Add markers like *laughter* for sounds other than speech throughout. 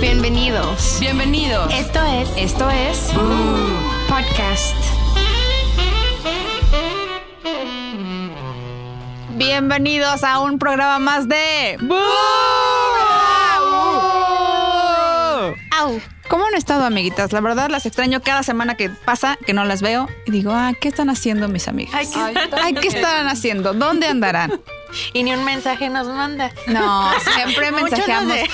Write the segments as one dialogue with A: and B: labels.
A: Bienvenidos.
B: Bienvenidos.
A: Esto es. Esto es. Podcast. Bienvenidos a un programa más de. ¡Au! ¿Cómo han estado, amiguitas? La verdad las extraño cada semana que pasa, que no las veo, y digo, ah, ¿qué están haciendo mis amigas?
B: Ay, ¿qué están
A: Ay, ¿qué están haciendo? ¿Dónde andarán?
B: Y ni un mensaje nos manda.
A: No, siempre
B: Mucho no
A: mensajeamos.
B: sé.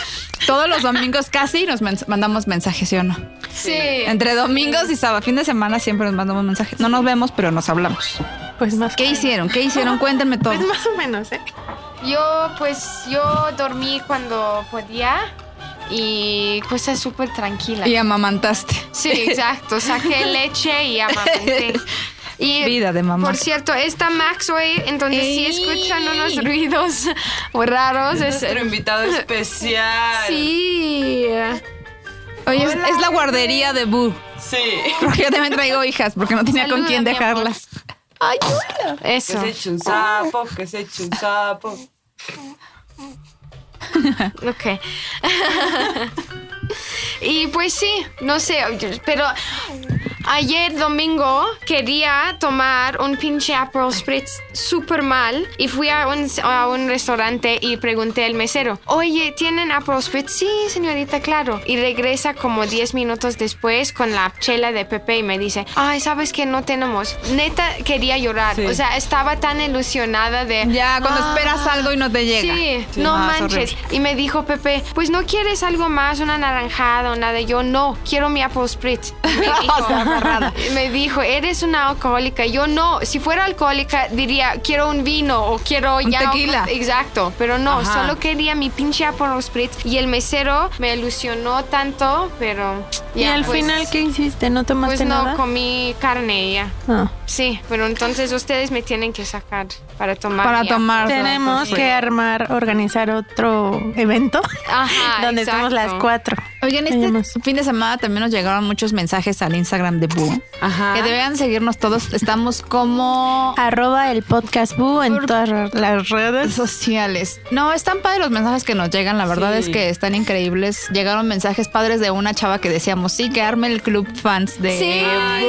A: Todos los domingos casi nos mens- mandamos mensajes, ¿sí o no?
C: Sí.
A: Entre domingos y sábado, fin de semana siempre nos mandamos mensajes. No nos vemos, pero nos hablamos.
B: Pues más
A: ¿Qué hicieron? ¿Qué hicieron? Cuéntenme todo.
B: Pues más o menos, ¿eh?
C: Yo, pues, yo dormí cuando podía y cosas súper tranquila.
A: Y amamantaste.
C: Sí, exacto.
A: *laughs*
C: Saqué leche y amamanté. Y,
A: Vida de mamá.
C: Por cierto, está Max hoy, entonces si
A: Ey.
C: escuchan unos ruidos *laughs* muy raros. Es,
B: Nuestro invitado especial.
C: sí.
A: Oye, es-
C: Hola,
A: es la
C: bebé.
A: guardería de Boo.
B: Sí.
A: Porque yo también traigo hijas, porque no tenía con
C: Saluda,
A: quién
C: mi amor.
A: dejarlas. Pues
B: Que
C: Eso.
B: se eche un sapo, que se eche un sapo.
C: *laughs* Ok. y pues sí, no sé, pero ayer domingo quería tomar un pinche Aperol Spritz súper mal y fui a un, a un restaurante y pregunté al mesero, oye, ¿tienen Aperol Spritz? Sí, señorita, claro. Y regresa como 10 minutos después con la chela de Pepe y me dice, ay, ¿sabes que no tenemos? Neta, quería llorar.
B: Sí.
C: O sea, estaba tan ilusionada de...
A: Ya, cuando
C: "Ah,
A: esperas algo y no te llega.
C: Sí, no
A: Ah, es
C: manches.
A: horrible.
C: Y me dijo Pepe, pues no quieres algo más, una naranjada o nada. Yo no, quiero mi Apple
A: *laughs*
C: Spritz. Me
A: O sea, agarrada.
C: dijo, me dijo, eres una alcohólica. Yo no, si fuera alcohólica diría, quiero un vino o quiero
A: Un
C: ya.
A: tequila.
C: Exacto, pero no,
A: Ajá.
C: solo quería mi pinche Apple Spritz. Y el mesero me ilusionó tanto, pero.
D: ¿Y
C: ya,
D: al
C: pues,
D: final qué hiciste? ¿No tomaste
C: Pues no,
D: nada?
C: comí carne y ya.
D: Ah.
C: Sí, pero entonces ustedes me tienen que sacar para tomar.
A: Para
C: mi
A: tomar. pues,
D: Tenemos que armar, organizar otro evento
C: Ajá,
D: *laughs* donde estamos las
C: exacto.
D: cuatro.
A: Oigan,
D: Nada
A: este
D: más.
A: fin de semana también nos llegaron muchos mensajes al Instagram de Boo.
B: Ajá.
C: Ah.
A: Que deberían seguirnos todos. Estamos como
D: Arroba el podcast Boo en
A: Por-
D: todas las
C: Ah.
D: redes.
A: sociales. No, están padres los mensajes que nos llegan. La verdad
B: Sí.
A: es que están increíbles. Llegaron mensajes padres de una chava que decíamos, sí, que arme el club fans de...
C: Sí.
A: Boo,
D: Ay,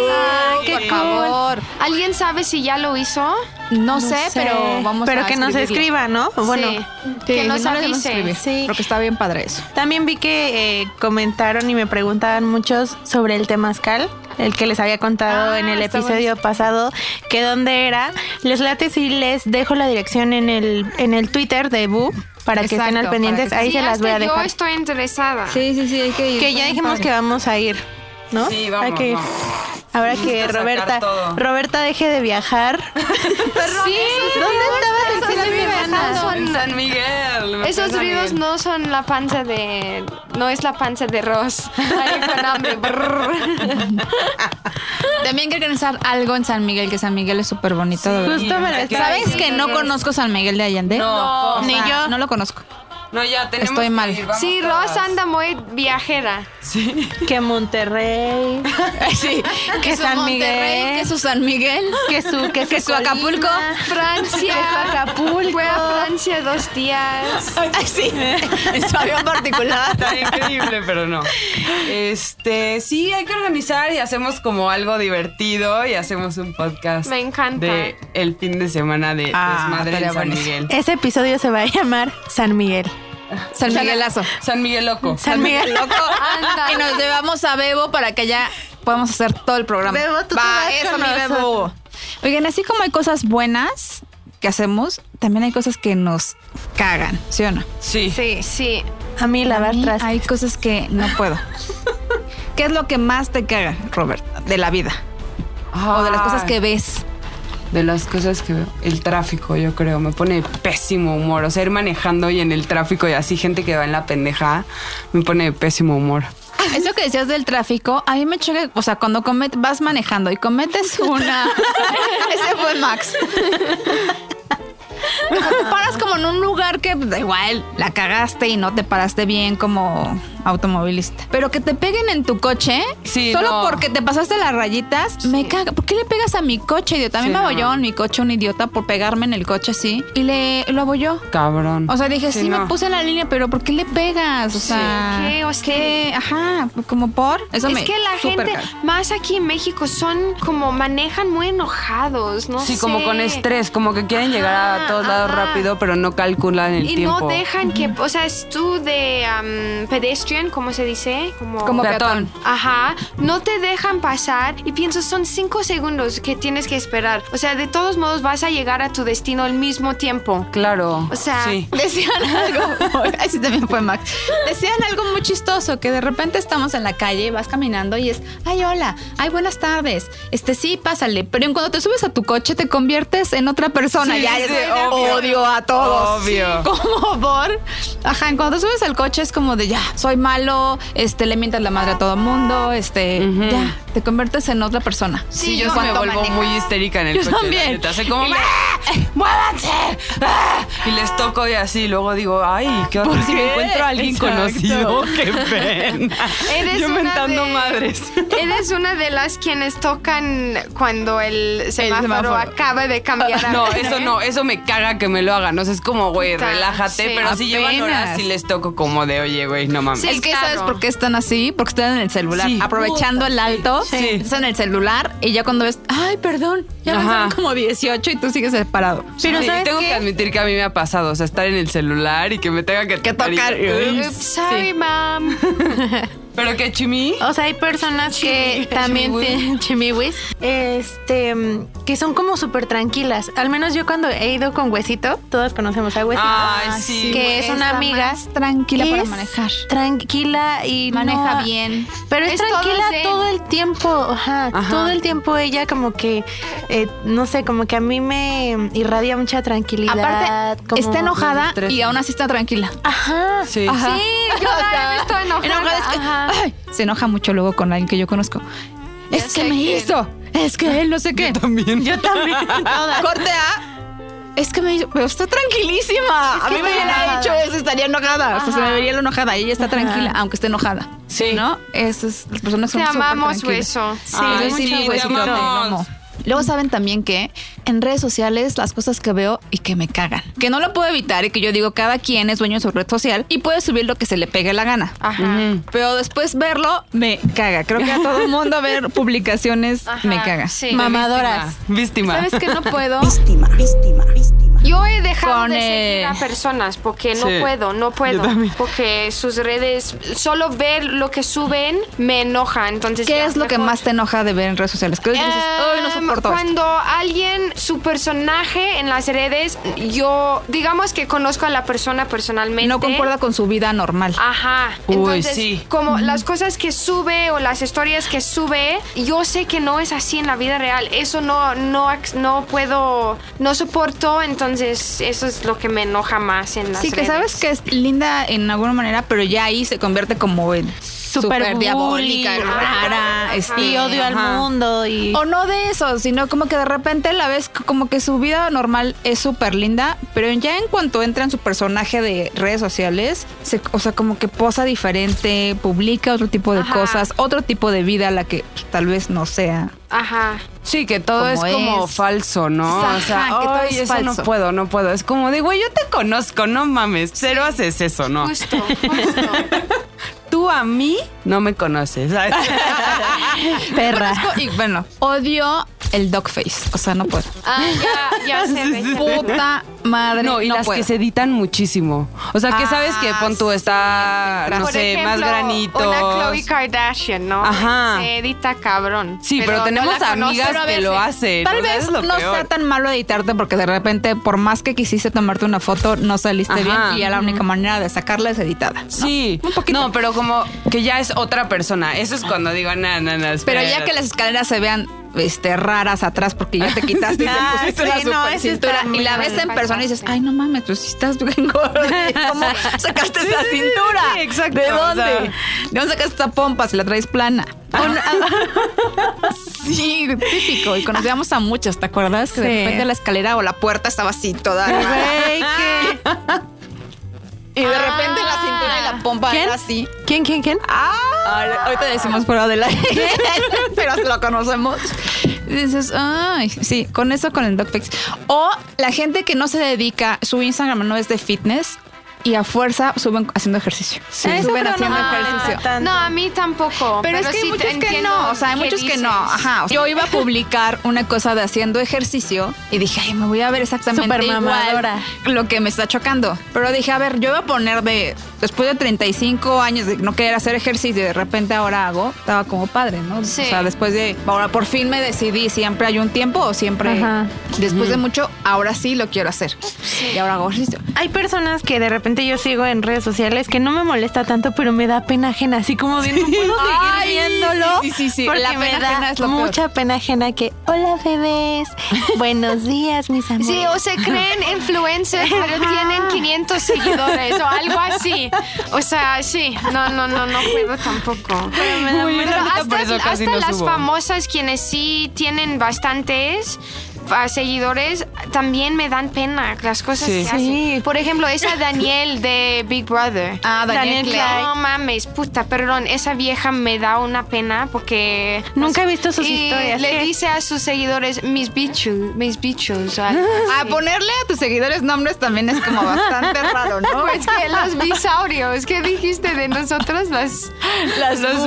A: por
D: qué
A: favor.
C: ¿Alguien sabe si ya lo hizo?
A: No, sé, pero vamos a
D: Pero que nos
A: escribirle.
D: escriba, ¿no? Bueno,
C: Sí.
A: Sí,
C: Ah, que nos
A: no les vamos a
C: avise.
A: escribir,
D: Sí.
A: Porque está bien padre eso.
D: también vi que eh, comentaron y me preguntaban muchos sobre el temazcal, el que les había contado
A: Ah,
D: en el
A: está
D: episodio pasado, que dónde era. Les late si les dejo la dirección en el, en el Twitter de Boo para que
A: Exacto,
D: estén
A: para
D: al
A: que-
D: pendientes. Ahí
C: Sí,
D: se las voy
C: hasta
D: a
C: Yo
D: dejar.
C: estoy interesada.
A: Sí, sí, sí, hay que ir.
D: Que ya dijimos que vamos a ir, ¿no?
B: Sí, vamos,
D: Hay que ir.
B: vamos.
D: Ahora que
B: Necesito
D: Roberta,
B: sacar todo.
D: Roberta deje
A: *laughs*
D: de viajar.
C: Sí,
D: ¿Dónde estabas el
C: esos
D: fin de
C: ruidos
D: semana?
C: no son-
B: En San Miguel. me
C: Esos
B: fui a San
C: ruidos
B: Miguel.
C: no son la panza de... No es la panza de Ross. *laughs* Ahí con hambre. brrr.
A: También hay que organizar algo en San Miguel, que San Miguel es súper bonito. de verdad.
D: Justo me lo estaba
A: ¿Sabes
D: diciendo.
A: que no conozco San Miguel de Allende?
B: No,
A: O
B: ni
A: sea,
D: yo.
A: No lo
D: *laughs*
A: conozco.
B: No, ya tenemos.
A: Estoy
B: que
A: mal.
B: ir, vamos
C: Sí,
B: todas.
C: Ross anda muy viajera.
B: Sí.
A: *laughs*
D: Que Monterrey,
A: sí,
D: que
A: su
D: San
A: Monterrey,
D: Miguel.
A: Que su San Miguel.
D: que su, que su,
A: Que su Acapulco.
D: Colima,
C: Francia.
D: Acapulco.
C: Fue a Francia dos días.
A: Ay, sí. *laughs* En su avión particular.
B: Está increíble, pero no. Este, sí, hay que organizar y hacemos como algo divertido y hacemos un podcast.
C: Me encanta.
B: De el fin de semana de
A: Ah,
B: Desmadre en
A: estaría
B: San
A: buenísimo.
B: Miguel.
D: Ese episodio se va a llamar San Miguel.
A: San Miguelazo.
B: San Miguel Loco.
D: San Miguel.
A: Loco.
C: Ándale.
A: Y nos llevamos a Bebo para que ya podamos hacer todo el programa.
D: Bebo, tú te
A: Va,
D: vas
A: eso,
D: con
A: mi Bebo.
D: nosotros.
A: Oigan, así como hay cosas buenas que hacemos, también hay cosas que nos cagan, ¿sí o no?
B: Sí.
C: Sí, sí.
D: A mí
A: A
D: lavar
A: mí
D: trastes.
A: Hay cosas que no puedo. ¿Qué es lo que más te caga, Robert, de la vida? O de las cosas que ves.
B: De las cosas que veo. El tráfico, yo creo. Me pone de pésimo humor. O sea, ir manejando y en el tráfico y así, gente que va en la pendeja, me pone de pésimo humor.
A: Eso que decías del tráfico, a mí me choca, o sea, cuando comet- vas manejando y cometes
B: *laughs*
A: una... Ese fue Max. pues, O sea, te paras como en un lugar que da igual, la cagaste y no te paraste bien como automovilista. Pero que te peguen en tu coche
B: Sí,
A: solo
B: no.
A: porque te pasaste las rayitas, me caga. ¿Por qué le pegas a mi coche, idiota? A mí
B: Sí,
A: me
B: no.
A: abolló en mi coche un idiota por pegarme en el coche así y le lo abolló.
B: Cabrón.
A: O sea, dije, sí, me
B: no.
A: puse en la línea, pero ¿por qué le pegas? O sea,
C: Qué hostil.
A: ¿qué? Ajá, como por. Eso
C: es
A: me
C: que la
A: súper
C: gente,
A: caga.
C: más aquí en México, son como manejan muy enojados, ¿no?
B: Sí, como
C: sé.
B: con estrés, como que quieren llegar a
C: Ajá,
B: todos lados
C: ajá.
B: rápido, pero no calculan el
C: Y
B: tiempo.
C: no dejan que, o sea, es tú de am, pedestrian, ¿cómo se dice? Como,
A: Como
B: Peatón.
C: Ajá, no te dejan pasar y pienso son cinco segundos que tienes que esperar. O sea, de todos modos vas a llegar a tu destino al mismo tiempo.
B: Claro.
C: O sea,
B: sí.
A: Decían algo, *laughs* ay, sí, también fue Max. Decían algo muy chistoso, que de repente estamos en la calle, vas caminando y es, ay, hola, ay, buenas tardes. Este sí, pásale. Pero en cuando te subes a tu coche, te conviertes en otra persona.
B: Sí,
A: ya
B: sí,
A: es de,
B: sí, obvio.
A: odio a todos.
B: Obvio.
A: Como por. Ajá, en cuando te subes al coche es como de ya, soy malo, este, le mientas la madre a todo mundo, este,
B: Ujú.
A: ya, te conviertes en otra persona.
B: Sí, yo sí me vuelvo muy histérica en el
A: Yo
B: coche. la
A: también.
B: neta. Así como, ¡Ah! ¡Muévanse! ¡Ah! *laughs* Y les toco y así. Luego digo, ay, qué horror. Si me
A: qué?
B: encuentro a alguien
A: Exacto.
B: conocido, qué pena.
C: Eres
B: *laughs* yo
C: una
B: mentando
C: de-
B: madres.
C: *laughs* Eres una de las quienes tocan cuando el semáforo,
A: semáforo.
C: acaba de cambiar. a
B: *laughs* No,
C: verde.
B: eso no, eso me caga que me lo hagan. O sea, es como, güey,
C: Puta,
B: relájate.
C: sí.
B: Pero si llevan horas,
A: Apenas.
B: sí les toco como de, oye, güey, no mames.
C: Sí,
A: Es que
C: claro.
A: sabes por qué están así, porque están en el celular,
B: Sí.
A: aprovechando el alto,
B: Sí.
A: están en el celular y ya cuando ves, ay, perdón, ya
B: Ajá.
A: pasaron como 18 y tú sigues separado.
D: Pero
B: Sí,
D: ¿sabes
B: tengo
D: qué?
B: que admitir que a mí me ha pasado, o sea, estar en el celular y que me tenga que,
A: Que
B: y-
A: tocar.
B: Uy,
C: Oops, sorry,
A: Sí.
C: mom.
B: Pero que chimí.
D: O sea, hay personas que también
B: chimiwis.
D: tienen *laughs* chimiwis, este, mm, que son como súper tranquilas. Al menos yo cuando he ido con Huesito, todas conocemos a Huesito.
B: Ay, sí.
D: que es una amiga
A: más tranquila para
D: es
A: manejar.
D: Tranquila y
A: Maneja
D: no-
A: bien.
D: Pero es,
C: Es todo
D: tranquila
C: zen.
D: todo, el tiempo, ajá,
B: Ajá.
D: todo el tiempo ella como que, eh, no sé, como que a mí me irradia mucha tranquilidad.
A: Aparte,
D: como-
A: está enojada
B: estrés.
A: y aún así está tranquila.
D: Oh, Ajá.
B: Sí.
A: Ajá.
C: Sí,
A: *laughs*
C: yo
A: O sea,
C: también estoy enojada.
A: enojada es que-
C: Ajá.
A: ay, se enoja mucho luego con alguien que yo conozco.
C: Ya
A: es
C: sé
A: que me
C: quién.
A: hizo. Es que él no sé qué.
B: También. Yo también.
A: Corte A. Es que me hizo, pero está tranquilísima. a mí me
D: está
A: hubiera
D: enojada.
A: dicho eso, estaría enojada. O sea, se me vería la enojada. Y ella está tranquila, aunque esté enojada.
B: Sí.
A: ¿No? Esas las personas que
C: Te
A: son súper
C: amamos,
A: tranquilas.
C: hueso.
A: Sí,
B: Ay,
A: yo sí,
B: sí,
A: mi
B: te
A: huesito, te
B: amamos.
A: amo. Luego saben también que en redes sociales las cosas que veo y que me cagan. Que no lo puedo evitar y que yo digo cada quien es dueño de su red social y puede subir lo que se le pegue la gana.
C: Ajá.
A: Pero después verlo me caga. Creo que a
C: *laughs*
A: todo el mundo ver publicaciones
C: Ajá,
A: me caga.
C: sí.
D: Mamadoras.
B: Víctima.
C: ¿Sabes que no
A: *laughs*
C: puedo?
E: víctima, víctima, víctima.
C: Yo he dejado
A: Con,
C: de
A: eh,
C: seguir a personas porque no
B: Sí.
C: puedo, no puedo.
B: Yo también.
C: Porque sus redes, solo ver lo que suben me enoja. Entonces,
A: ¿Qué
C: ya
A: es lo que
C: mejor-
A: más te enoja de ver en redes sociales? ¿Qué dices? Ay, no
C: Em,
A: soporto esto"?
C: Cuando alguien, su personaje en las redes, yo, digamos que conozco a la persona personalmente.
A: No concuerda con su vida normal.
C: Ajá.
B: Uy,
C: Entonces,
B: sí.
C: como las cosas que sube o las historias que sube, yo sé que no es así en la vida real. Eso no, no, ac- no puedo, no soporto. Entonces, eso es lo que me enoja más en las
A: Sí, que
C: redes.
A: sabes que es linda en alguna manera, pero ya ahí se convierte como en
D: Super
A: súper diabólica,
D: bully.
A: rara,
C: Ajá.
A: este,
D: Y odio
B: Ajá.
D: al mundo y...
A: O no de eso, sino como que de repente la ves c- como que su vida normal es súper linda, pero ya en cuanto entra en su personaje de redes sociales, se- o sea, como que posa diferente, publica otro tipo de
C: Ajá.
A: cosas, otro tipo de vida, la que pues, tal vez no sea.
C: Ajá.
B: Sí, que todo
A: Como
B: es como
A: es.
B: falso, ¿no?
A: Ajá,
B: o sea,
A: que todo
B: ay,
A: es
B: eso no
A: falso.
B: puedo, no puedo. Es como de, güey, yo te conozco, no mames. Cero haces eso, ¿no? *laughs*
C: Justo, justo.
B: Tú a mí no me conoces. *laughs* ¿sabes?
A: *laughs* Perra. Y bueno, odio el dogface, o sea, no puedo.
C: Ah, ya, ya se ve. ya se ve.
A: Puta madre.
B: No, y las
A: puedo.
B: que se editan muchísimo. O sea, que
A: Ah,
B: sabes que pon tú está, no
C: Por
B: sé,
C: ejemplo,
B: más granitos.
C: Una Chloe Kardashian, ¿no?
B: Ajá.
C: Se edita cabrón.
B: Sí, pero,
C: no
B: tenemos
C: la conozco,
B: amigas
C: pero a
B: que lo
C: veces.
B: hacen.
A: Tal
B: o sea,
A: vez
B: es lo
A: no
B: peor.
A: sea tan malo editarte porque de repente, por más que quisiste tomarte una foto, no saliste
B: Ajá.
A: bien y ya la única manera de sacarla es editada. ¿no?
B: Sí,
A: Un poquito.
B: no, pero como que ya es otra persona. Eso es cuando digo, no, no, no.
A: Pero
B: espera".
A: ya que las escaleras se vean este, raras atrás porque ya te quitaste y te
D: Ah,
A: pusiste
D: sí,
A: la
D: no,
A: super
D: eso está
A: cintura y
D: muy
A: la ves
C: mal.
A: en persona y dices, ay, no mames, pues sí estás bien *laughs* gorda. ¿Cómo sacaste esa cintura?
B: sí, exacto,
A: ¿De
B: o
A: dónde?
B: sea.
A: ¿De dónde sacaste esa pompa si la traes plana? O no- ah, sí, típico. Y conocíamos a muchas, ¿te acuerdas? Que de
D: Sí.
A: repente la escalera o la puerta estaba así toda.
D: Güey, que-
A: *laughs* Y de repente la cintura y la pompa ¿Quién?
D: ¿Quién?
A: sí.
D: ¿Quién, quién, quién?
A: Ah. Ahora- ahorita decimos fuera del aire, *laughs* pero lo conocemos. Dices, ay, sí, con eso, con el dogfix. O la gente que no se dedica, su Instagram no es de fitness y a fuerza suben haciendo ejercicio.
D: Eso
A: suben
D: creo no
A: haciendo
D: me parece
A: ejercicio.
D: tanto.
C: Ah, No, a mí tampoco.
A: Pero, es que hay
C: sí
A: muchos
C: te
A: que
C: entiendo
A: no, o sea, hay
C: qué
A: muchos que
C: dices.
A: no. Ajá. O sea, yo iba a publicar una cosa de haciendo ejercicio y dije, ay, me voy a ver exactamente igual
D: Supermamadora.
A: lo que me está chocando. Pero dije, a ver, yo voy a poner de después de 35 años de no querer hacer ejercicio y de repente ahora hago, estaba como padre, ¿no?
C: Sí.
A: O sea, después de ahora por fin me decidí, siempre hay un tiempo o siempre
D: Ajá.
A: después de mucho, ahora sí lo quiero hacer. Y ahora hago ejercicio.
D: Hay personas que de repente yo sigo en redes sociales que no me molesta tanto, pero me da pena ajena, así como de no puedo seguir
A: Ay,
D: viéndolo.
A: sí, sí, sí, sí.
D: Porque
A: La
D: me
A: pena
D: da
A: ajena es lo peor.
D: mucha pena ajena que, hola bebés, buenos días, mis amores.
C: Sí, o se creen influencers, pero tienen 500 seguidores o algo así. O sea, sí, no, no, no, no puedo tampoco.
B: Uy,
C: Pero
B: la neta,
C: hasta
B: por eso
C: hasta
B: casi no
C: las
B: subo.
C: famosas quienes sí tienen bastantes ah, seguidores también me dan pena las cosas
B: Sí.
C: que
D: Sí.
C: hacen. Por ejemplo, esa Daniel de Big Brother.
A: Ah, Daniel,
D: Daniel
A: Craig.
D: Craig.
C: No mames, puta, perdón, esa vieja me da una pena porque...
D: Nunca he visto sus
C: Y
D: historias.
C: Le
D: ¿qué?
C: dice a sus seguidores mis bichos, mis bichos. o algo así.
A: A Ah, ponerle a tus seguidores nombres también es
C: *laughs*
A: como bastante raro, ¿no?
C: Pues que los bisaurios, ¿qué dijiste de nosotros? Las...
B: Las dos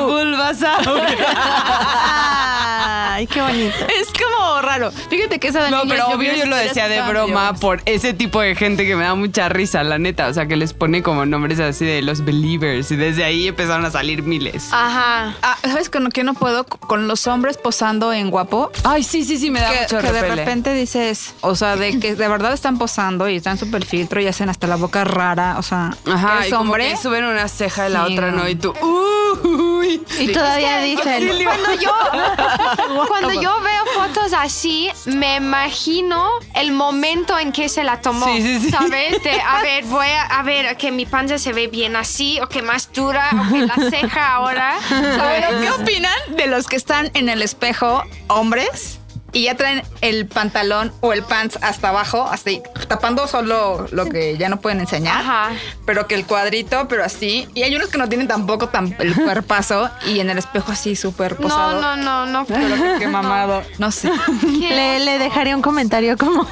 D: Ay, qué bonito.
A: *laughs* Es como raro. Fíjate que esa de
B: No,
A: niña
B: pero
A: vi este
B: obvio yo
A: las
B: lo
A: historias
B: decía de
A: todas
B: broma
A: videos.
B: por ese tipo de gente que me da mucha risa, la neta. O sea, que les pone como nombres así de los believers y desde ahí empezaron a salir miles.
C: Ajá.
A: Ah, ¿Sabes con lo que no puedo? Con los hombres posando en guapo.
B: Ay, sí, sí, sí, me da
A: Que,
B: mucho
A: que de
B: repele.
A: repente dices, o sea, de que de verdad están posando y están súper filtro y hacen hasta la boca rara. O sea,
B: Ajá,
A: eres
B: y como
A: hombre.
B: que suben una ceja de la
A: Sí,
B: otra,
A: no.
B: ¿no? Y tú, uy.
D: Y todavía dicen,
C: Cuando yo, cuando yo veo fotos así, me imagino el momento en que se la tomó.
B: Sí, sí, sí.
C: ¿Sabes? De, a ver, voy a, a ver que mi panza se ve bien así, o que más dura, o que la ceja ahora.
B: *laughs*
C: ¿sabes?
A: Pero, ¿qué opinan de los que están en el espejo, hombres, y ya traen el pantalón o el pants hasta abajo, así, tapando solo lo que ya no pueden enseñar?
C: Ajá.
A: Pero que el cuadrito, pero así. Y hay unos que no tienen tampoco tan el cuerpazo y en el espejo así súper posado.
C: No, no, no, no.
A: *laughs* Pero que
B: *laughs*
A: qué mamado. No sé. *laughs*
C: ¿Qué?
D: le, le dejaría un comentario como,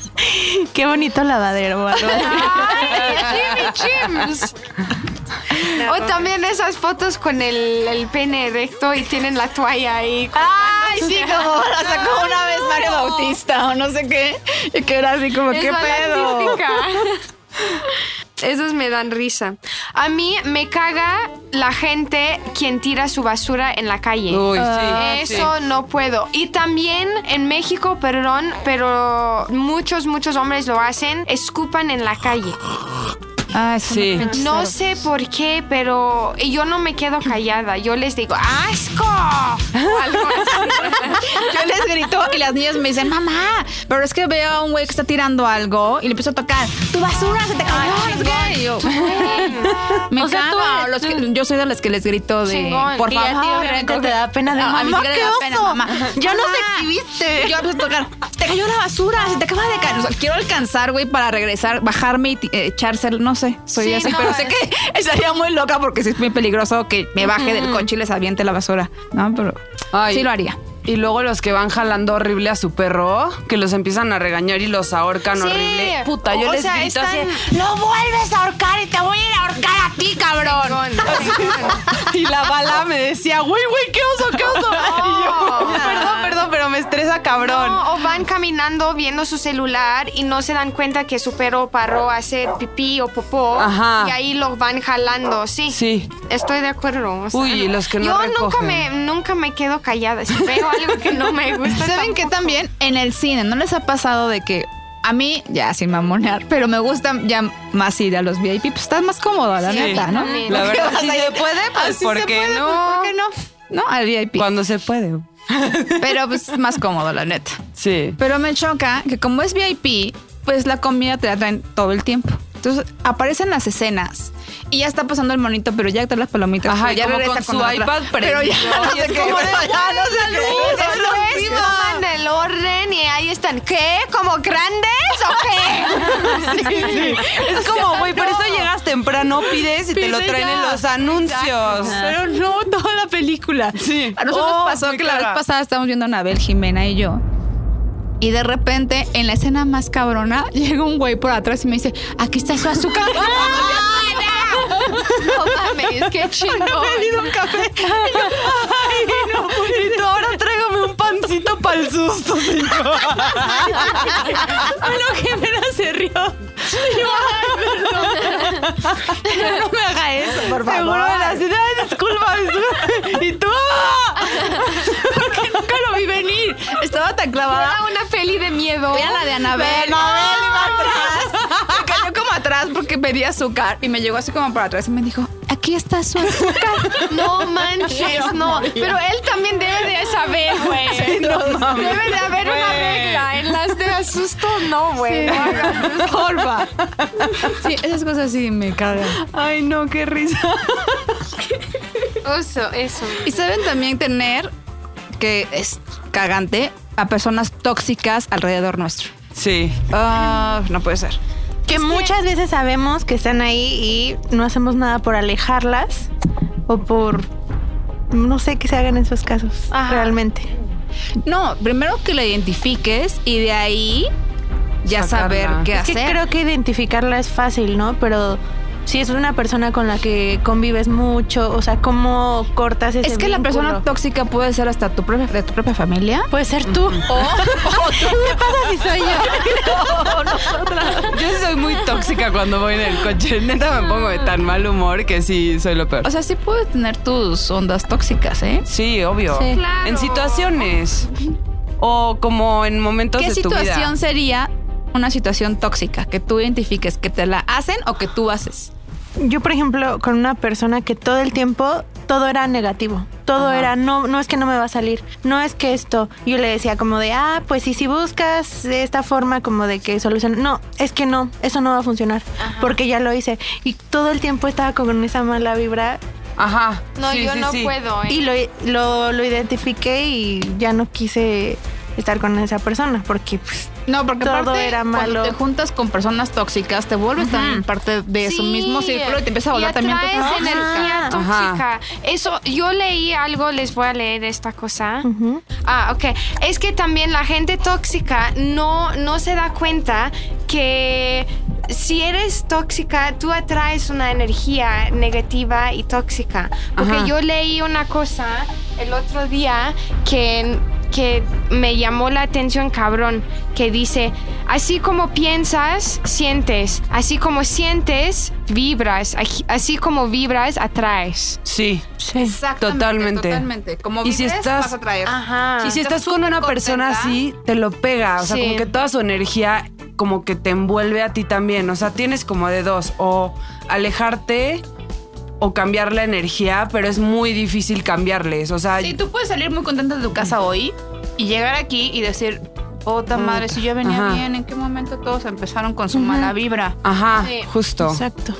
D: *laughs* qué bonito lavadero. o algo así.
C: Ay, Jimmy Chims. o también esas fotos con el, el pene recto y tienen la toalla ahí.
A: Ay, sí, como la sacó una vez Mario Bautista o no sé qué. *laughs* Y que era así como,
C: Esa
A: ¿qué
C: es la
D: *laughs*
A: pedo?
C: típica. *laughs* Esos me dan risa. A mí me caga la gente quien tira su basura en la calle.
B: Uy, sí. Ah, sí.
C: Ah, Eso no puedo. Y también en México, perdón, pero muchos, muchos hombres lo hacen, escupan en la calle.
A: Ay,
B: Sí.
C: No sé por qué, pero yo no me quedo callada. Yo les digo, ¡asco! O algo así.
A: Yo les grito y las niñas me dicen, mamá, pero es que veo a un güey que está tirando algo y le empiezo a tocar, tu basura se te cayó. no sé qué". Y yo, me
D: O sea, tú
A: caga,
D: eres-
A: los que- yo soy de las que les grito de,
C: Chingón.
A: por
D: Y a ti
A: favor,
D: obviamente
A: recoge".
D: te da pena de,
A: No, Ah, a mí
D: "Mamá,
A: sí que le
D: qué
A: da pena,
D: oso".
A: mamá. *laughs*
D: Ya nos
A: Mamá.
D: exhibiste.
A: Yo empiezo a tocar, te cayó la basura, se te acaba de caer. O sea, quiero alcanzar, güey, para regresar, bajarme y ti- eh, echarse, el- no sé, soy
C: Sí,
A: así,
C: no,
A: pero sé
C: es-
A: que *laughs* estaría muy loca porque sí es muy peligroso que me baje del coche y les aviente la basura. No, pero
B: Ay.
A: sí lo haría.
B: Y luego los que van jalando horrible a su perro, que los empiezan a regañar y los ahorcan
C: Sí.
B: horrible. Puta, yo
C: O
B: les
C: sea,
B: grito
C: están-
B: así, ¡No vuelves a ahorcar y te voy a ir a ahorcar a ti, cabrón!
C: *laughs*
B: Y la bala me decía, güey, güey, qué oso,
A: *laughs*
B: qué oso. Y yo, perdón, perdón, pero me estresa, cabrón.
C: No, o van caminando viendo su celular y no se dan cuenta que su perro paró a hacer pipí o popó
B: Ajá.
C: y ahí lo van jalando. Sí.
B: Sí.
C: Estoy de acuerdo. o sea,
B: Uy, y los que no
C: Yo nunca
B: recogen.
C: me, nunca me quedo callada. Si veo algo que no me gusta.
A: *laughs* ¿Saben qué
C: tampoco.
A: también? En el cine, ¿no les ha pasado de que a mí, ya sin mamonar, pero me gusta ya más ir a los VIP? Pues estás más cómodo, la
C: Sí,
A: neta, ¿no?
C: también.
B: La
A: ¿Por qué
B: verdad,
A: vas
B: si
A: a ir?
B: se puede, pues,
A: Ah, si
B: ¿por
A: se
B: qué
A: puede,
B: no?
A: pues, ¿Por qué no? No, al VIP.
B: Cuando *laughs* se puede.
A: Pero pues es más cómodo, la neta.
B: Sí.
A: Pero me choca que como es VIP, pues la comida te la traen todo el tiempo. Entonces aparecen las escenas y ya está pasando el monito, pero ya está las palomitas.
B: Ajá,
A: pero
B: y
A: ya
B: como con su
A: la pla-
B: iPad
A: Pero ya no
B: prendido, y
A: sé
B: es
A: qué.
B: como de,
A: Ya no sé qué.
C: Eso es, toman el orden y ahí están. ¿Qué? ¿Como grandes o qué?
B: *laughs* Es como, güey, por eso llegas temprano, pides y te lo
A: Pide
B: traen en
A: ya.
B: los anuncios.
A: Pero no toda la película.
B: Sí.
A: A nosotros
B: Oh,
A: pasó
B: muy
A: que la vez
B: cara.
A: pasada estábamos viendo a Anabel, Jimena y yo. Y de repente, en la escena más cabrona, *laughs* llega un güey por atrás y me dice, aquí está su
B: *laughs*
A: azúcar. *laughs*
C: No mames, qué chingón.
B: un café. *laughs* Ay, no, pues. y tú ahora tráigame un pancito para el susto, señor.
A: Pero Jimena se rió. Y yo, "Ay, perdón". *laughs* no me haga eso, por favor.
B: Seguro de la ciudad, disculpa.
A: *laughs*
B: disculpa. Y tú. ¡ah!
A: Nunca lo vi venir. Estaba tan clavada.
C: Era una peli de Ah, miedo.
A: Era la de Anabel. Ah.
B: De Anabel iba
A: atrás. Me cayó como atrás porque pedí azúcar. Y me llegó así como para atrás y me dijo, aquí está su azúcar.
C: No manches, no. Pero él también debe de saber,
A: *laughs*
C: güey.
B: No mames.
C: Debe de haber una
B: Güey.
C: regla. En las de asusto, no, güey. No hagan eso.
A: Porfa. Sí, esas cosas sí me cagan.
B: Ay, no, qué risa.
C: Oso, eso.
A: Y saben también tener, que es cagante, a personas tóxicas alrededor nuestro.
B: Sí.
A: Ah, no puede ser.
D: Que muchas veces sabemos que están ahí y no hacemos nada por alejarlas o por no sé qué se hagan en esos casos
C: Ajá.
D: realmente.
A: No, primero que la identifiques y de ahí ya
B: Sacarla.
A: saber qué
D: Es que
A: hacer.
D: creo que identificarla es fácil, ¿no? Pero si es una persona con la que convives mucho, o sea, cómo cortas ese
A: es que la
D: vínculo?
A: persona tóxica puede ser hasta tu propia, de tu propia familia.
D: puede ser
A: *laughs*
D: tú. *laughs* ¿Qué pasa si soy yo?
B: Yo sí soy muy tóxica cuando voy en el coche. Neta me pongo de tan mal humor que sí soy lo peor.
A: O sea, sí puedes tener tus ondas tóxicas, ¿eh?
B: Sí, obvio.
A: Sí.
C: Claro.
B: En situaciones. O como en momentos
A: ¿Qué
B: de tu vida.
A: situación sería una situación tóxica que tú identifiques que te la hacen o que tú haces?
D: Yo, por ejemplo, con una persona que todo el tiempo todo era negativo. Todo era, no, no es que no me va a salir, no es que esto. Yo le decía como de, ah, pues sí, si buscas esta forma como de que soluciona. No, es que no, eso no va a funcionar, porque ya lo hice. Y todo el tiempo estaba con esa mala vibra
B: Ajá.
C: No,
B: Sí,
C: yo
B: sí,
C: no
B: sí.
C: puedo. ¿eh?
D: Y lo, lo, lo identifiqué y ya no quise estar con esa persona porque pues,
A: No, porque
D: Todo
A: aparte,
D: era malo.
A: cuando te juntas con personas tóxicas, te vuelves también parte de su
C: Sí.
A: mismo círculo y te empieza a volar
C: Y
A: también tu
C: atraes
A: tóxica.
C: energía
D: Ajá.
C: tóxica. Eso, yo leí algo, les voy a leer esta cosa.
D: ujú,
C: Ah, ok. Es que también la gente tóxica no, no se da cuenta que si eres tóxica, tú atraes una energía negativa y tóxica. Porque
B: Ajá.
C: yo leí una cosa el otro día que, que me llamó la atención cabrón, que dice, así como piensas, sientes, así como sientes, vibras, Aj- así como vibras, atraes.
B: Sí.
D: sí.
A: Exactamente,
B: Totalmente.
A: Totalmente. Como
B: Y si
A: vives,
B: estás-
A: vas a traer.
D: Ah.
C: Ajá.
B: Y si
A: Estás
B: estás con una
A: súper
B: persona
A: contenta.
B: así, te lo pega. O sea,
C: Ah. Sí.
B: como que toda su energía como que te envuelve a ti también. O sea, tienes como de dos. O alejarte o cambiar la energía, pero es muy difícil cambiarles. O sea,
A: Sí, tú puedes salir muy contenta de tu casa hoy y llegar aquí y decir, puta madre, si yo venía
B: Ajá.
A: bien, ¿en qué momento todos empezaron con su mala vibra?
B: ajá,
A: Sí.
B: justo.
D: Exacto.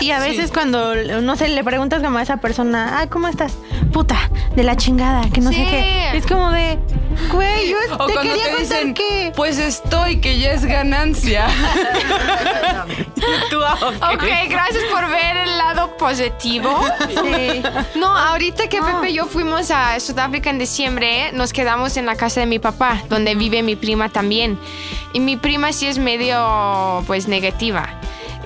D: Y a veces cuando, no sé, le preguntas como a esa persona, ah, ¿cómo estás? Puta, de la chingada, que no sé
C: Sí.
D: qué. Es como de, güey, yo
B: O
D: te
B: cuando
D: quería
B: te
D: contar
B: dicen,
D: que...
B: pues estoy, que ya es ganancia. Y tú, ah, ok.
C: Ok, gracias por ver el lado positivo.
D: Sí.
C: No, ahorita que Pepe y yo fuimos a Sudáfrica en diciembre, nos quedamos en la casa de mi papá, donde vive mi prima también. Y mi prima sí es medio, pues, negativa.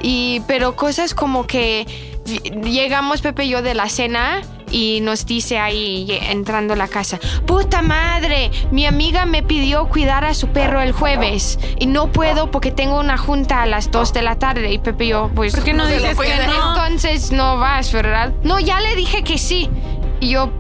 C: Y, pero cosas como que vi- llegamos Pepe y yo de la cena y nos dice ahí ye- entrando a la casa, puta madre, mi amiga me pidió cuidar a su perro el jueves y no puedo porque tengo una junta a las 2 de la tarde y Pepe y yo, pues...
D: ¿Por qué no
C: se lo
D: dices que
C: cuidan.
D: no?
C: Entonces no vas, ¿verdad? No, ya le dije que sí. Y yo,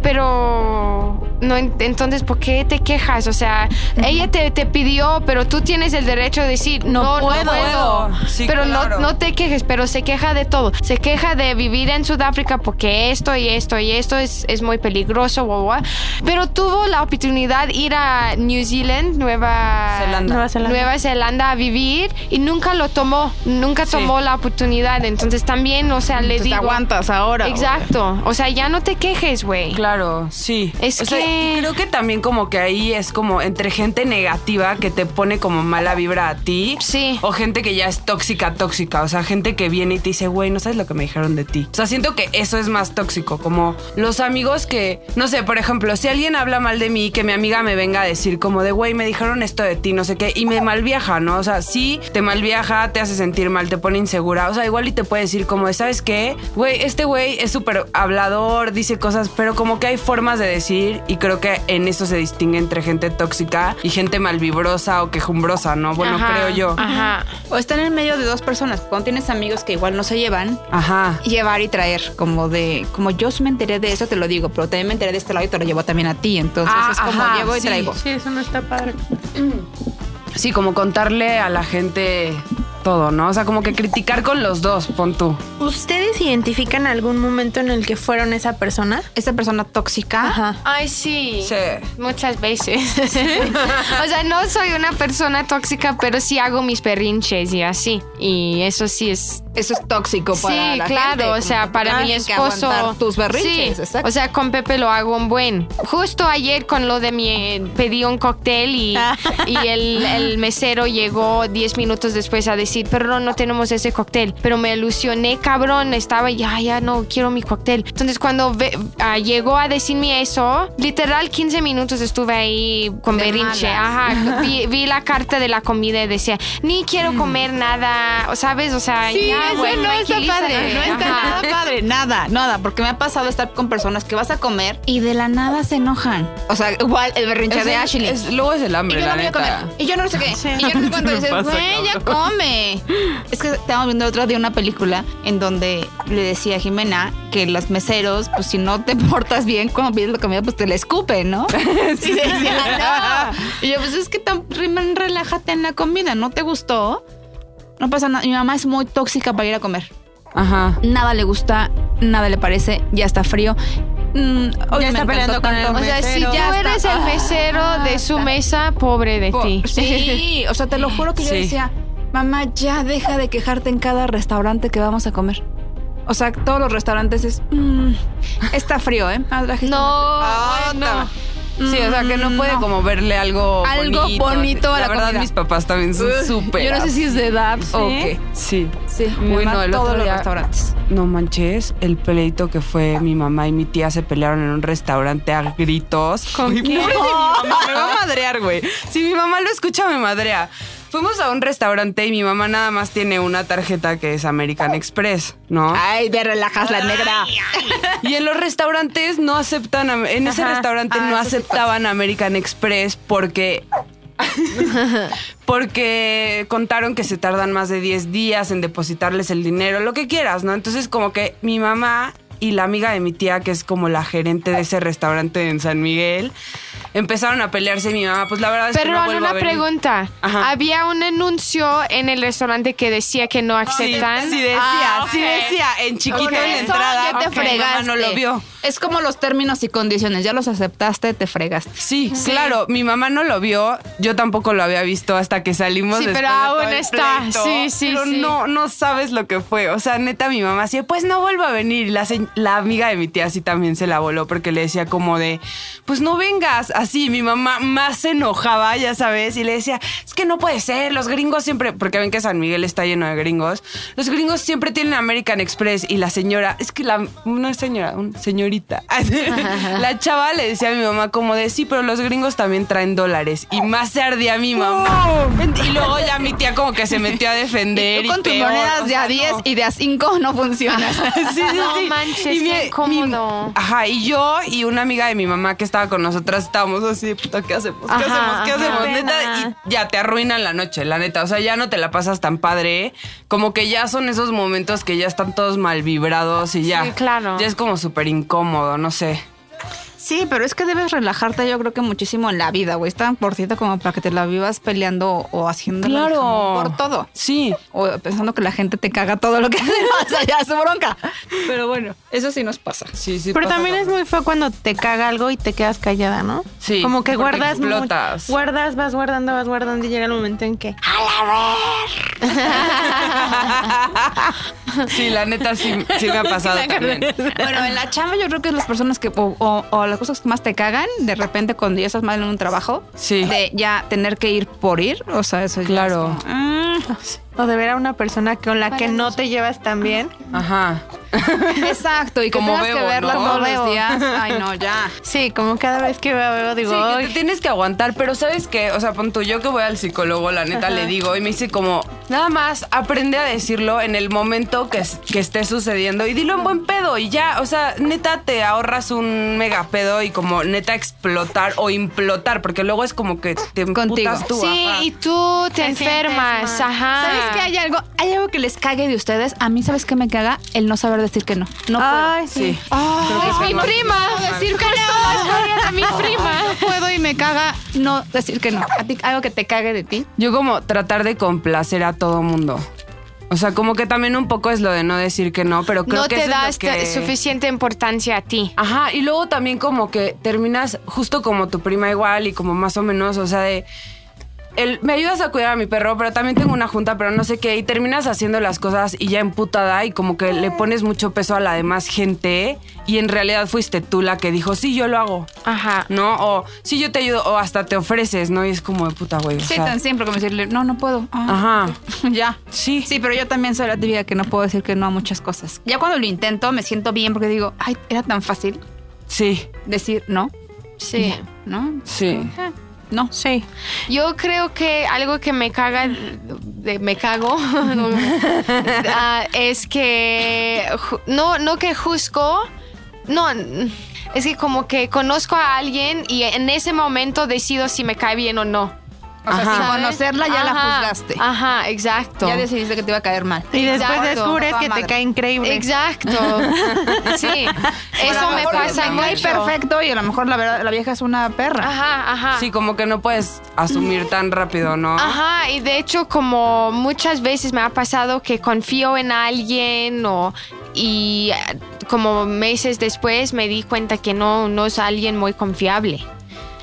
C: pero... No, en- entonces, ¿por qué te quejas? O sea, ella te, te pidió, pero tú tienes el derecho de decir, no, no puedo.
B: puedo. Sí,
C: pero
B: claro.
C: no, no te quejes, pero se queja de todo. Se queja de vivir en Sudáfrica porque esto y esto y esto es, es muy peligroso, guau, guau. Pero tuvo la oportunidad de ir a New Zealand, Nueva
B: Zelanda.
D: Nueva Zelanda.
C: Nueva Zelanda a vivir y nunca lo tomó, nunca
B: Sí.
C: tomó la oportunidad. Entonces también, o sea, le
A: Entonces,
C: digo...
A: te aguantas ahora. güey.
C: Exacto. O sea, ya no te quejes, güey.
B: Claro, sí.
C: Es
B: O sea,
C: que-
B: y creo que también como que ahí es como entre gente negativa que te pone como mala vibra a ti.
C: Sí.
B: O gente que ya es tóxica, tóxica. O sea, gente que viene y te dice, güey, no sabes lo que me dijeron de ti. O sea, siento que eso es más tóxico. Como los amigos que, no sé, por ejemplo, si alguien habla mal de mí, que mi amiga me venga a decir como de, güey, me dijeron esto de ti, no sé qué, y me malviaja, ¿no? O sea, sí, te malviaja, te hace sentir mal, te pone insegura. O sea, igual y te puede decir como, de, ¿sabes qué? Güey, este güey es súper hablador, dice cosas, pero como que hay formas de decir y creo que en eso se distingue entre gente tóxica y gente malvibrosa o quejumbrosa, ¿no? Bueno,
C: Ajá,
B: creo yo.
C: Ajá.
A: O estar en medio de dos personas. Cuando tienes amigos que igual no se llevan,
B: Ajá.
A: llevar y traer, como de, como yo me enteré de eso, te lo digo, pero también me enteré de este lado y te lo llevo también a ti. Entonces
B: Ah,
A: es como
B: ajá,
A: llevo y
B: sí.
A: traigo.
D: Sí, eso no está padre.
B: Sí, como contarle a la gente todo, ¿no? O sea, como que criticar con los dos, pon tú.
D: ¿Ustedes identifican algún momento en el que fueron esa persona?
A: Esta persona
B: Ah,
A: tóxica.
C: Ay, sí.
B: Sí.
C: Muchas veces. *laughs* o sea, no soy una persona tóxica, pero sí hago mis perrinches y así. Y eso sí es.
A: Eso es tóxico para
C: sí,
A: la
C: claro.
A: gente,
C: o
A: como
C: sea,
A: que
C: para mi
A: tienes que
C: esposo.
A: aguantar tus berrinches,
C: Sí,
A: exacto.
C: O sea, con Pepe lo hago un buen. Justo ayer con lo de mi. Pedí un cóctel y,
A: Ah.
C: *laughs* y el, el mesero llegó 10 minutos después a decir: Perdón, no tenemos ese cóctel. Pero me ilusioné, cabrón. Estaba ya, ya no quiero mi cóctel. Entonces, cuando ve- ah, llegó a decirme eso, literal 15 minutos estuve ahí con
A: De
C: berrinche.
A: malas.
C: Ajá. Ajá,
A: *laughs*
C: vi, vi la carta de la comida y decía, ni quiero comer nada, o sabes, o sea,
A: Sí,
C: ya,
A: eso
C: güey,
A: no está
C: tranquilízate.
A: padre, no está
C: Ajá.
A: nada padre, nada, nada, porque me ha pasado estar con personas que vas a comer y de la nada se enojan. O sea, igual el berrinche
B: Es
A: de
B: el-
A: Ashley.
B: es- luego es el
A: y
B: hambre,
A: yo no
B: la
A: voy a comer.
B: neta.
A: Y yo no sé *laughs* qué. Y yo no sé cuánto.
B: Me
A: dices,
B: pasa,
A: güey, ya come. *laughs* Es que estábamos viendo el otro día una película en donde le decía a Jimena que los meseros, pues si no te *laughs* portas bien cuando pides la comida, pues te la escupen, *laughs* ¿no? Y decía, "Ah, no". Y yo, pues es que tan, Rimen, relájate en la comida. ¿No te gustó? No pasa nada. Mi mamá es muy tóxica para ir a comer
B: Ajá.
A: nada le gusta, nada le parece, ya está frío. Mm, hoy
D: Ya
A: me
D: está
A: encantó
D: peleando con
A: tanto.
D: el
C: O sea, si
D: Mesero.
C: tú
A: Ya está.
C: eres el mesero de su mesa, pobre de
A: Por-
C: ti.
A: Sí, o sea,
B: *laughs*
A: te lo juro que yo
B: Sí.
A: decía, mamá, ya deja de quejarte en cada restaurante que vamos a comer. O sea, todos los restaurantes es, "Mm, está frío, ¿eh? Ah, trajiste
C: No,
A: una-
C: ay, no.
B: Ah, Sí, o sea, que no puede
A: Mm, no.
B: como verle algo
A: Algo
B: bonito.
A: bonito a la
B: verdad,
A: comida.
B: mis papás también son
A: Ugh,
B: súper.
A: *laughs* Yo no sé si es de edad o qué.
B: Sí.
A: Sí,
B: Uy,
A: mi mamá,
B: no, el
A: todos
B: otro
A: los
B: día-
A: restaurantes.
B: No manches, el pleito que fue mi mamá y mi tía se pelearon en un restaurante a gritos. ¿Con mi mamá me va a madrear, güey. Si mi mamá lo escucha, me madrea. Fuimos a un restaurante y mi mamá nada más tiene una tarjeta que es American Express, ¿no?
A: Ay, te relajas la negra.
B: Y en los restaurantes no aceptan, am- en ese restaurante
A: Ah,
B: no
A: eso sí
B: aceptaban American Express porque... Porque contaron que se tardan más de 10 días en depositarles el dinero, lo que quieras, ¿no? Entonces como que mi mamá y la amiga de mi tía, que es como la gerente de ese restaurante en San Miguel, empezaron a pelearse y mi mamá, pues la verdad es que no
C: Perdón,
B: vuelvo a
C: una
B: venir.
C: pregunta.
B: Ajá.
C: Había un anuncio en el restaurante que decía que no
B: Sí,
C: aceptan.
B: sí decía,
C: Ah,
B: sí
C: ok.
B: decía, en chiquito
C: Por
B: en la
C: eso
B: entrada.
C: ya te
B: Ok, mi mamá no lo
C: fregaste.
B: vio.
A: Es como los términos y condiciones, ya los aceptaste, te fregaste.
B: Sí, claro, mi mamá no lo vio, yo tampoco lo había visto hasta que salimos
C: Sí,
B: después
C: pero
B: de todo
C: aún
B: el
C: está.
B: pleito.
C: Sí, sí,
B: Pero
C: sí.
B: no no sabes lo que fue, o sea, neta mi mamá así, de, pues no vuelva a venir, Y la se- la amiga de mi tía así también se la voló porque le decía como de, pues no vengas, así mi mamá más se enojaba, ya sabes, y le decía, es que no puede ser, los gringos siempre, porque ven que San Miguel está lleno de gringos, los gringos siempre tienen American Express y la señora, es que la no es señora, una señorita. *laughs* la chava le decía a mi mamá como de, sí, pero los gringos también traen dólares. Y más se ardía mi mamá. Y luego ya mi tía como que se metió a defender.
A: Tú
B: Y
A: con tus
B: peor,
A: monedas
B: o
A: de
B: sea,
A: a 10
B: no.
A: y de a 5 no funcionas.
B: *laughs* Sí, sí,
C: No
B: sí.
C: manches,
B: mi-
C: qué
B: mi-
C: incómodo.
B: ajá, y yo y una amiga de mi mamá que estaba con nosotras estábamos así, puta, ¿qué hacemos? ¿Qué
C: Ajá,
B: hacemos? ¿Qué
C: ajá.
B: hacemos?
D: Qué
B: Neta,
D: pena.
B: y ya te arruinan la noche, la neta. O sea, ya no te la pasas tan padre. Como que ya son esos momentos que ya están todos mal vibrados y ya.
C: Sí, claro.
B: Ya es como súper incómodo, no sé.
A: Sí, pero es que debes relajarte, yo creo que muchísimo en la vida, güey. Es tan cortita como para que te la vivas peleando o haciendo el
B: Claro.
A: jamón por todo.
B: Sí.
A: O pensando que la gente te caga todo lo que *laughs* haces, allá es su bronca. Pero bueno, eso sí nos
B: *laughs*
A: pasa.
B: Sí, sí.
D: Pero
B: pasa
D: también es
B: cuando-
D: muy feo cuando te caga algo y te quedas callada, ¿no?
B: Sí,
D: Como que
B: porque
D: guardas. mu-
B: explotas.
D: Guardas, vas guardando, vas guardando y llega el momento en que. ah,
B: sí, la neta sí,
C: *laughs*
B: sí me ha pasado también.
A: Bueno, en la chamba yo creo que las personas que o, o- o las cosas que más te cagan, de repente cuando ya estás mal en un trabajo,
B: Sí.
A: de ya tener que ir por ir, o sea, eso ya es
B: Claro.
A: como, mm,
D: O de ver a una persona con la que no te llevas tan bien.
B: Ajá.
A: exacto, y que
B: Como
A: tengas que
B: Bebo,
A: verla
B: ¿no?
A: todos los
D: Bebo.
A: días. Ay, no, ya.
D: Sí, como cada vez que veo, veo digo,
B: Sí, que
D: "Ay".
B: te tienes que aguantar, pero ¿sabes qué? O sea, pon tú, yo que voy al psicólogo, la neta le digo, y me dice como, nada más aprende a decirlo en el momento que, es- que esté sucediendo y dilo en buen pedo y ya, o sea, neta te ahorras un mega pedo y como neta explotar o implotar, porque luego es como que te
A: Contigo.
B: emputas tú.
C: sí,
B: ajá.
C: y tú te,
D: Te
C: enfermas,
D: sientes mal.
C: ajá.
A: ¿Sabes que hay algo? Hay algo que les cague de ustedes. A mí, ¿sabes qué me caga? El no saber decir que no. No
B: Ah.
D: Ay, sí.
B: Sí.
C: Ah.
B: Creo que
C: Es
B: sí,
C: mi
B: no.
C: prima. Decir que no. historia de mi prima.
A: puedo. No puedo y me caga no decir que no. ¿A ti algo que te cague de ti?
B: Yo como tratar de complacer a todo mundo. O sea, como que también un poco es lo de no decir que no, pero creo
C: No
B: que
C: te
B: eso es lo
C: das
B: que-
C: suficiente importancia a ti.
B: Ajá, y luego también como que terminas justo como tu prima igual y como más o menos, o sea, de... El, me ayudas a cuidar a mi perro, pero también tengo una junta, pero no sé qué, y terminas haciendo las cosas y ya emputada y como que le pones mucho peso a la demás gente y en realidad fuiste tú la que dijo, sí, yo lo hago,
C: Ajá.
B: ¿no? O sí, yo te ayudo, o hasta te ofreces, ¿no? Y es como de puta, güey. o
A: Sí,
B: sea,
A: tan siempre como decirle, no, no puedo. Ah,
B: Ajá.
A: *laughs* Ya.
B: Sí.
A: Sí, pero yo también soy la típica que no puedo decir que no a muchas cosas. Ya cuando lo intento me siento bien porque digo, ay, era tan fácil
B: Sí,
A: decir no,
C: Sí.
A: ¿no?
B: sí.
A: Ah, No.
D: Sí.
C: Yo creo que algo que me caga, de- me cago, *laughs* no, ah, es que ju- no, no que juzgo, no, es que como que conozco a alguien y en ese momento decido si me cae bien o no.
A: O sea,
B: Ajá.
A: sin
C: ¿sabes?
A: conocerla ya la
C: Ajá,
A: juzgaste.
C: Ajá, exacto.
A: Ya decidiste que te iba a caer mal.
D: Y después
C: Exacto.
D: descubres
A: Toda
D: que
A: madre.
D: te cae increíble.
C: Exacto. Sí. Eso me pasa
A: Me cae
C: mucho.
A: perfecto y a lo mejor la, verdad, la vieja es una perra.
C: Ajá, ajá.
B: Sí, como que no puedes asumir tan rápido, ¿no?
C: Ajá, y de hecho como muchas veces me ha pasado que confío en alguien o y eh, como meses después me di cuenta que no, no es alguien muy confiable.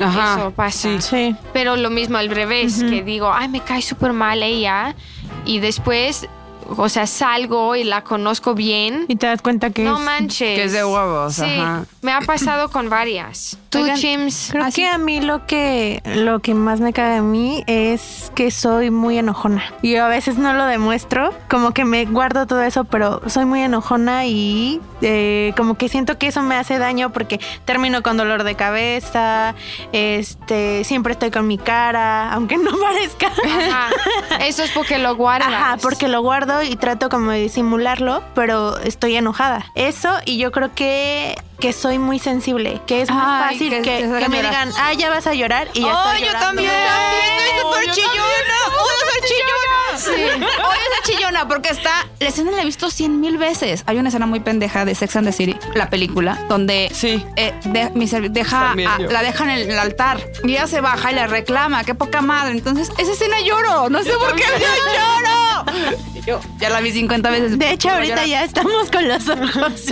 B: Ajá.
C: Eso pasa.
B: Sí.
D: Sí.
C: Pero lo mismo al revés, que digo, ay, me cae súper mal ella y después, o sea, salgo y la conozco bien.
D: Y te das cuenta que
C: No
D: es-
C: manches.
B: Que es de huevos,
C: Sí,
B: ajá.
C: me ha pasado con varias. Tú,
A: Oigan,
C: James.
D: Creo que a mí lo que lo que más me cae a mí es que soy muy enojona. Y a veces no lo demuestro, como que me guardo todo eso, pero soy muy enojona y eh, como que siento que eso me hace daño porque termino con dolor de cabeza, este, siempre estoy con mi cara, aunque no *laughs* parezca.
C: Ajá. Eso es porque lo guardas.
D: Ajá, porque lo guardo y trato como de disimularlo, pero estoy enojada. Eso, y yo creo que, que soy muy sensible, que es muy
A: Ay,
D: fácil
A: que
D: que,
A: te haga
D: que me
A: llorar. Oh,
D: digan, ah, ya vas a llorar y ya estoy llorando.
A: Soy súper chillona. Odio ser chillona.
C: Sí.
A: Odio ser chillona porque está. La escena la he visto cien mil veces. Hay una escena muy pendeja de Sex and the City, la película, donde
B: Sí.
A: eh, de- mi serv- deja
B: También
A: a-
B: yo.
A: la deja en el, altar y ella se baja y la reclama. Qué poca madre. Entonces, esa escena lloro. No sé por qué yo *laughs* lloro. Y Yo ya la vi 50 veces.
D: De hecho,
A: Pero
D: ahorita
A: llora.
D: ya estamos con los
A: *laughs*
D: ojos.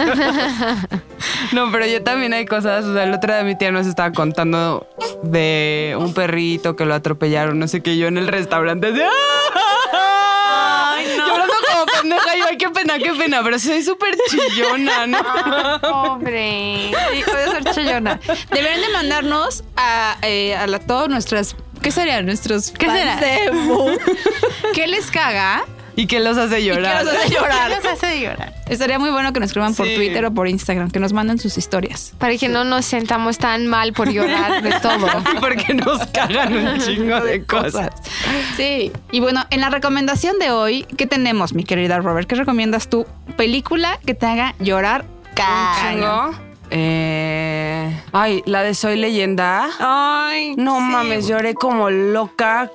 B: No, pero yo también hay cosas. O sea, el otro día mi tía nos estaba contando de un perrito que lo atropellaron, no sé qué, yo en el restaurante. Así, ¡ah! Llorando como pendeja. Yo, ay, qué pena, qué pena. Pero soy súper chillona, ¿no?
C: *laughs* Pobre.
A: Sí, odio ser chillona. Deberían de mandarnos a, eh, a la- todas nuestras. ¿Qué serían nuestros? ¿Qué
D: será?
B: *laughs*
A: ¿Qué les caga?
B: Y que los hace
A: ¿Y qué
B: llorar.
A: nos hace llorar?
D: Nos hace llorar.
A: Estaría muy bueno que nos escriban por
B: Sí.
A: Twitter o por Instagram, que nos manden sus historias.
C: Para que no nos sentamos tan mal por llorar de todo.
B: *laughs* Porque nos cagan un chingo de cosas.
A: Sí. Y bueno, en la recomendación de hoy, ¿qué tenemos, mi querida Robert? ¿Qué recomiendas tú? Película que te haga llorar. cañón.
B: Chingo. Eh, ay, la de Soy Leyenda.
D: Ay.
B: No mames, lloré como loca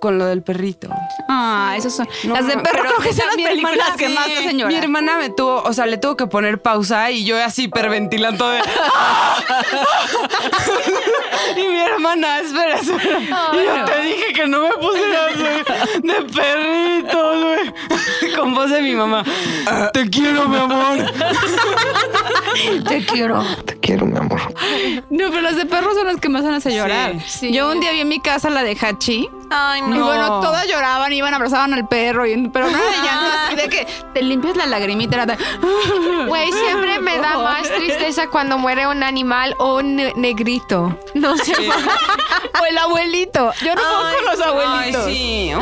B: con lo del perrito.
A: Ah, esos son.
B: No,
A: las de
B: no,
A: perro
B: pero
A: creo que son
B: esa,
A: las
B: mi
A: películas
B: hermana,
A: que
B: sí.
A: más hacen llorar.
B: Mi hermana me tuvo, o sea, le tuvo que poner pausa y yo así hiperventilando de. *laughs* y mi hermana, espera, espera.
A: Ah,
B: y yo te dije que no me pusieras de, de perrito, güey. Con voz de mi mamá. Te quiero, mi amor.
A: Te quiero.
F: Te quiero, mi amor.
A: No, pero las de perros son las que más hacen llorar.
C: Sí.
A: Yo un día vi en mi casa la de Hachi.
D: Ay,
A: Y
B: No.
A: bueno, todas lloraban, iban, abrazaban al perro, y, pero no de
C: *laughs*
A: llanto, así de que te limpias la lagrimita. Era de, "Ah,
C: Güey, siempre me da más tristeza cuando muere un animal o un ne- negrito. No sé.
A: o el abuelito. Yo no puedo con los abuelitos.
B: Ay, sí.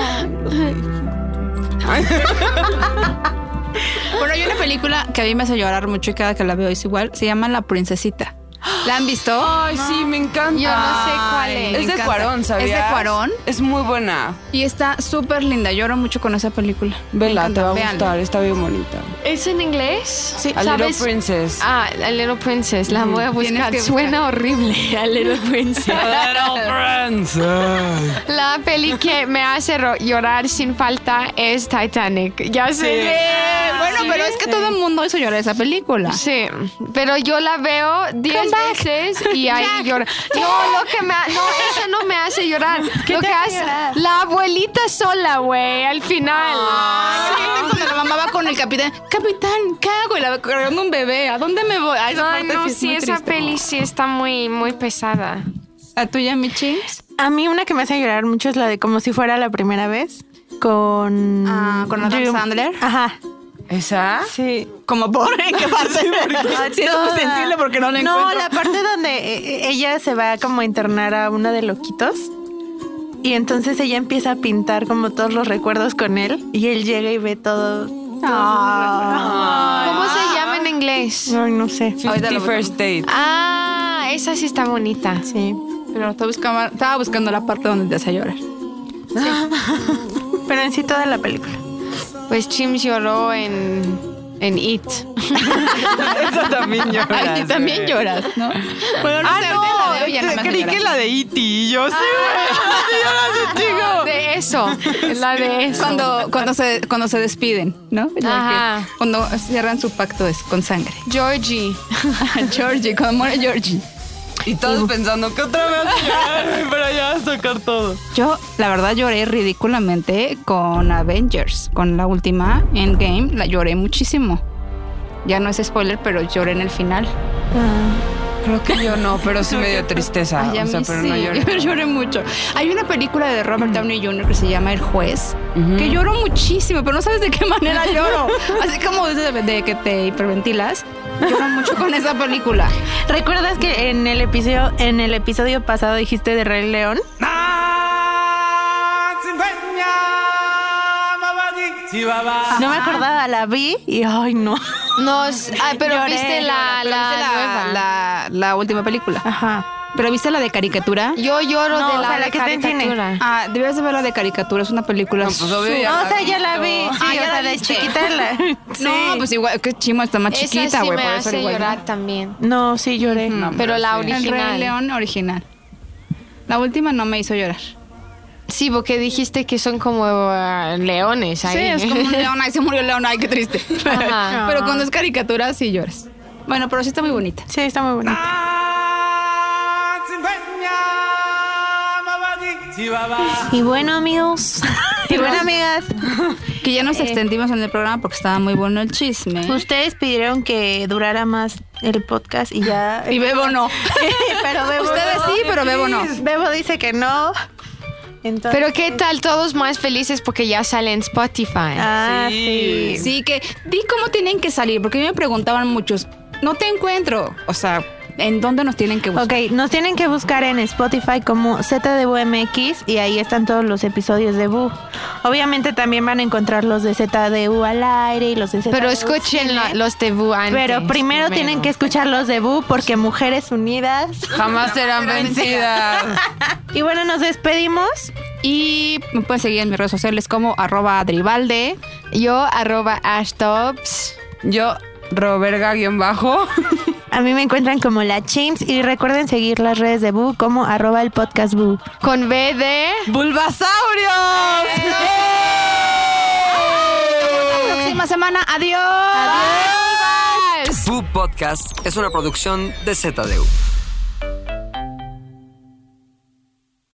A: Bueno, hay una película que a mí me hace llorar mucho y cada que la veo es igual. Se llama La Princesita. ¿La han visto?
B: Ay, sí, me encanta.
C: Yo no sé cuál es.
A: Me
B: Es de
A: encanta.
B: Cuarón,
A: ¿Es
B: ¿sabías?
A: de Cuarón?
B: Es muy buena.
A: Y está súper linda. Lloro mucho con esa película. Me
B: Vela, te
A: encanta,
B: va a
A: véanla.
B: gustar, está bien bonita.
C: ¿Es en inglés? Sí.
B: A Little Princess. *laughs*
C: Ah, A Little Princess, la voy a
A: Tienes
C: buscar.
A: que
C: Suena horrible, *laughs* A Little Princess.
B: Princess.
C: La peli que me hace ro- llorar sin falta es Titanic. Ya sé.
A: Bueno, pero es que todo el mundo hizo llorar esa película.
C: Sí, pero yo la veo 10 veces y ahí lloro. No, lo que me ha- no, eso no me hace llorar.
A: *laughs*
C: lo que hace la abuelita sola, güey, al final.
A: Sí, cuando la mamá va con el capitán, capitán, ¿qué hago? Y la va cargando un bebé, ¿a dónde me voy? Ay, esa
C: Ay,
A: parte
C: no,
A: es
C: sí,
A: muy
C: esa
A: triste.
C: peli sí está muy, muy pesada.
A: ¿A tuya, mi chis?
D: A mí una que me hace llorar mucho es la de como si fuera la primera vez con
A: Ah, ¿con Adam
D: Drew-
A: Sandler?
D: Ajá.
B: ¿Esa?
D: Sí.
A: Como por en qué parte. *laughs* Sí, es muy
D: Toda.
A: sensible porque no la
D: No,
A: encuentro.
D: la parte donde eh, eh, ella se va como a internar a una de loquitos. Y entonces ella empieza a pintar como todos los recuerdos con él. Y él llega y ve todo.
A: Ah.
C: ¿Cómo se llama en inglés?
D: Ay, no sé.
A: Ahorita lo
B: 50 First Date.
C: Ah, esa sí está bonita.
D: Sí.
A: Pero estaba buscando, estaba buscando la parte donde te hace llorar.
D: Pero en sí toda la película.
C: Pues Chims lloró en, en It.
B: Esa también lloras.
A: Ay, tú también
B: llora.
A: lloras, ¿no? Bueno,
B: Ah,
A: sé, ahorita la
B: no,
A: veo y ya no me
B: te-
A: hace
B: creí
A: llorar.
B: que la de E.T. Yo sí, güey. Sí, lloras de chico.
C: De eso, la de eso.
A: Cuando, cuando, se, cuando se despiden, ¿no? Ya que-
C: Ajá.
A: Cuando cierran su pacto es con sangre. *laughs*
C: Georgie.
A: Georgie, cuando muere Georgie.
B: Y todos pensando que otra vez *laughs* llorar, pero ya vas a tocar todo.
A: Yo, la verdad, lloré ridículamente con Avengers, con la última Endgame. La lloré muchísimo. Ya no es spoiler, pero lloré en el final.
B: Creo que yo no, pero sí me dio tristeza.
A: Ay, a
B: Ah, o sea,
A: mí
B: pero
A: sí. *laughs*
B: no
A: Yo
B: lloré.
A: lloré mucho. Hay una película de Robert Downey Jr. que se llama El Juez, que lloro muchísimo, pero no sabes de qué *laughs* manera lloro. Así como de, de que te hiperventilas. Lloro mucho con esa
B: *laughs*
A: película.
D: ¿Recuerdas que en el episodio, en el episodio pasado dijiste de Rey León? No me acordaba, la vi y ay no.
C: No, s- ah, pero
D: Lloré,
C: viste la,
A: Pero
C: la
A: viste
C: nueva.
A: la- la última
B: Ah.
A: película.
D: Ajá.
A: ¿Pero viste la de caricatura?
C: Yo lloro
D: No,
C: de
D: o
C: la,
D: sea, la
C: de
D: que está en cine.
C: caricatura.
A: Ah, debías de ver la de caricatura, es una película.
B: No, pues, obvio,
A: su-
B: ya
D: No, o
B: la
D: sea,
B: vi.
D: ya la vi. Sí,
A: Ah,
D: o
A: ya la
D: sea, de
A: viste.
D: chiquita
A: *laughs*
D: la. Sí.
A: No, pues igual, qué chimo, está más
C: Esa
A: chiquita,
C: sí
A: güey.
C: me
A: por eso
C: hace
A: igual.
C: llorar también.
D: No, sí lloré.
C: Pero la
A: El Rey
C: original.
A: León original. La última no me hizo llorar.
C: Sí, porque dijiste que son como ah, leones ahí.
A: Sí, es
C: *laughs*
A: como un león, ahí se murió el león, ay, qué triste.
C: Ajá.
A: *laughs* pero cuando es caricatura sí lloras. Bueno, pero sí está muy bonita.
D: Sí, está muy bonita. Y bueno, amigos. y bueno, amigas.
A: Que ya nos extendimos en el programa porque estaba muy bueno el chisme.
D: Ustedes pidieron que durara más el podcast y ya.
A: Y Bebo no.
D: *laughs* pero Bebo
A: *laughs* Ustedes
D: no.
A: sí, pero Bebo no.
D: Bebo dice que no. Entonces,
C: Pero qué tal todos más felices porque ya sale en Spotify.
D: Ah, sí.
A: Sí, que di cómo tienen que salir, porque a mí me preguntaban muchos, no te encuentro. O sea, ¿en dónde nos tienen que buscar?
D: Ok, nos tienen que buscar en Spotify como ZDUMX y ahí están todos los episodios de Bu. Obviamente también van a encontrar los de ZDU al aire y los de ZDU.
C: pero escuchen la- los de Vu antes.
D: Pero primero tienen que escuchar los de Bu porque Mujeres Unidas.
B: Jamás serán vencidas.
D: Y bueno, nos despedimos.
A: Y me pueden seguir en mis redes sociales como arroba adribalde.
C: Yo, arroba ashtops.
B: Yo, Roberga, guión bajo.
D: A mí me encuentran como la Chimps y recuerden seguir las redes de Boo como arroba el podcast Boo.
C: Con B de...
B: ¡Bulbasaurios! ¡Eh!
A: Próxima semana, adiós.
C: Bye.
F: Boo Podcast es una producción de ZDU.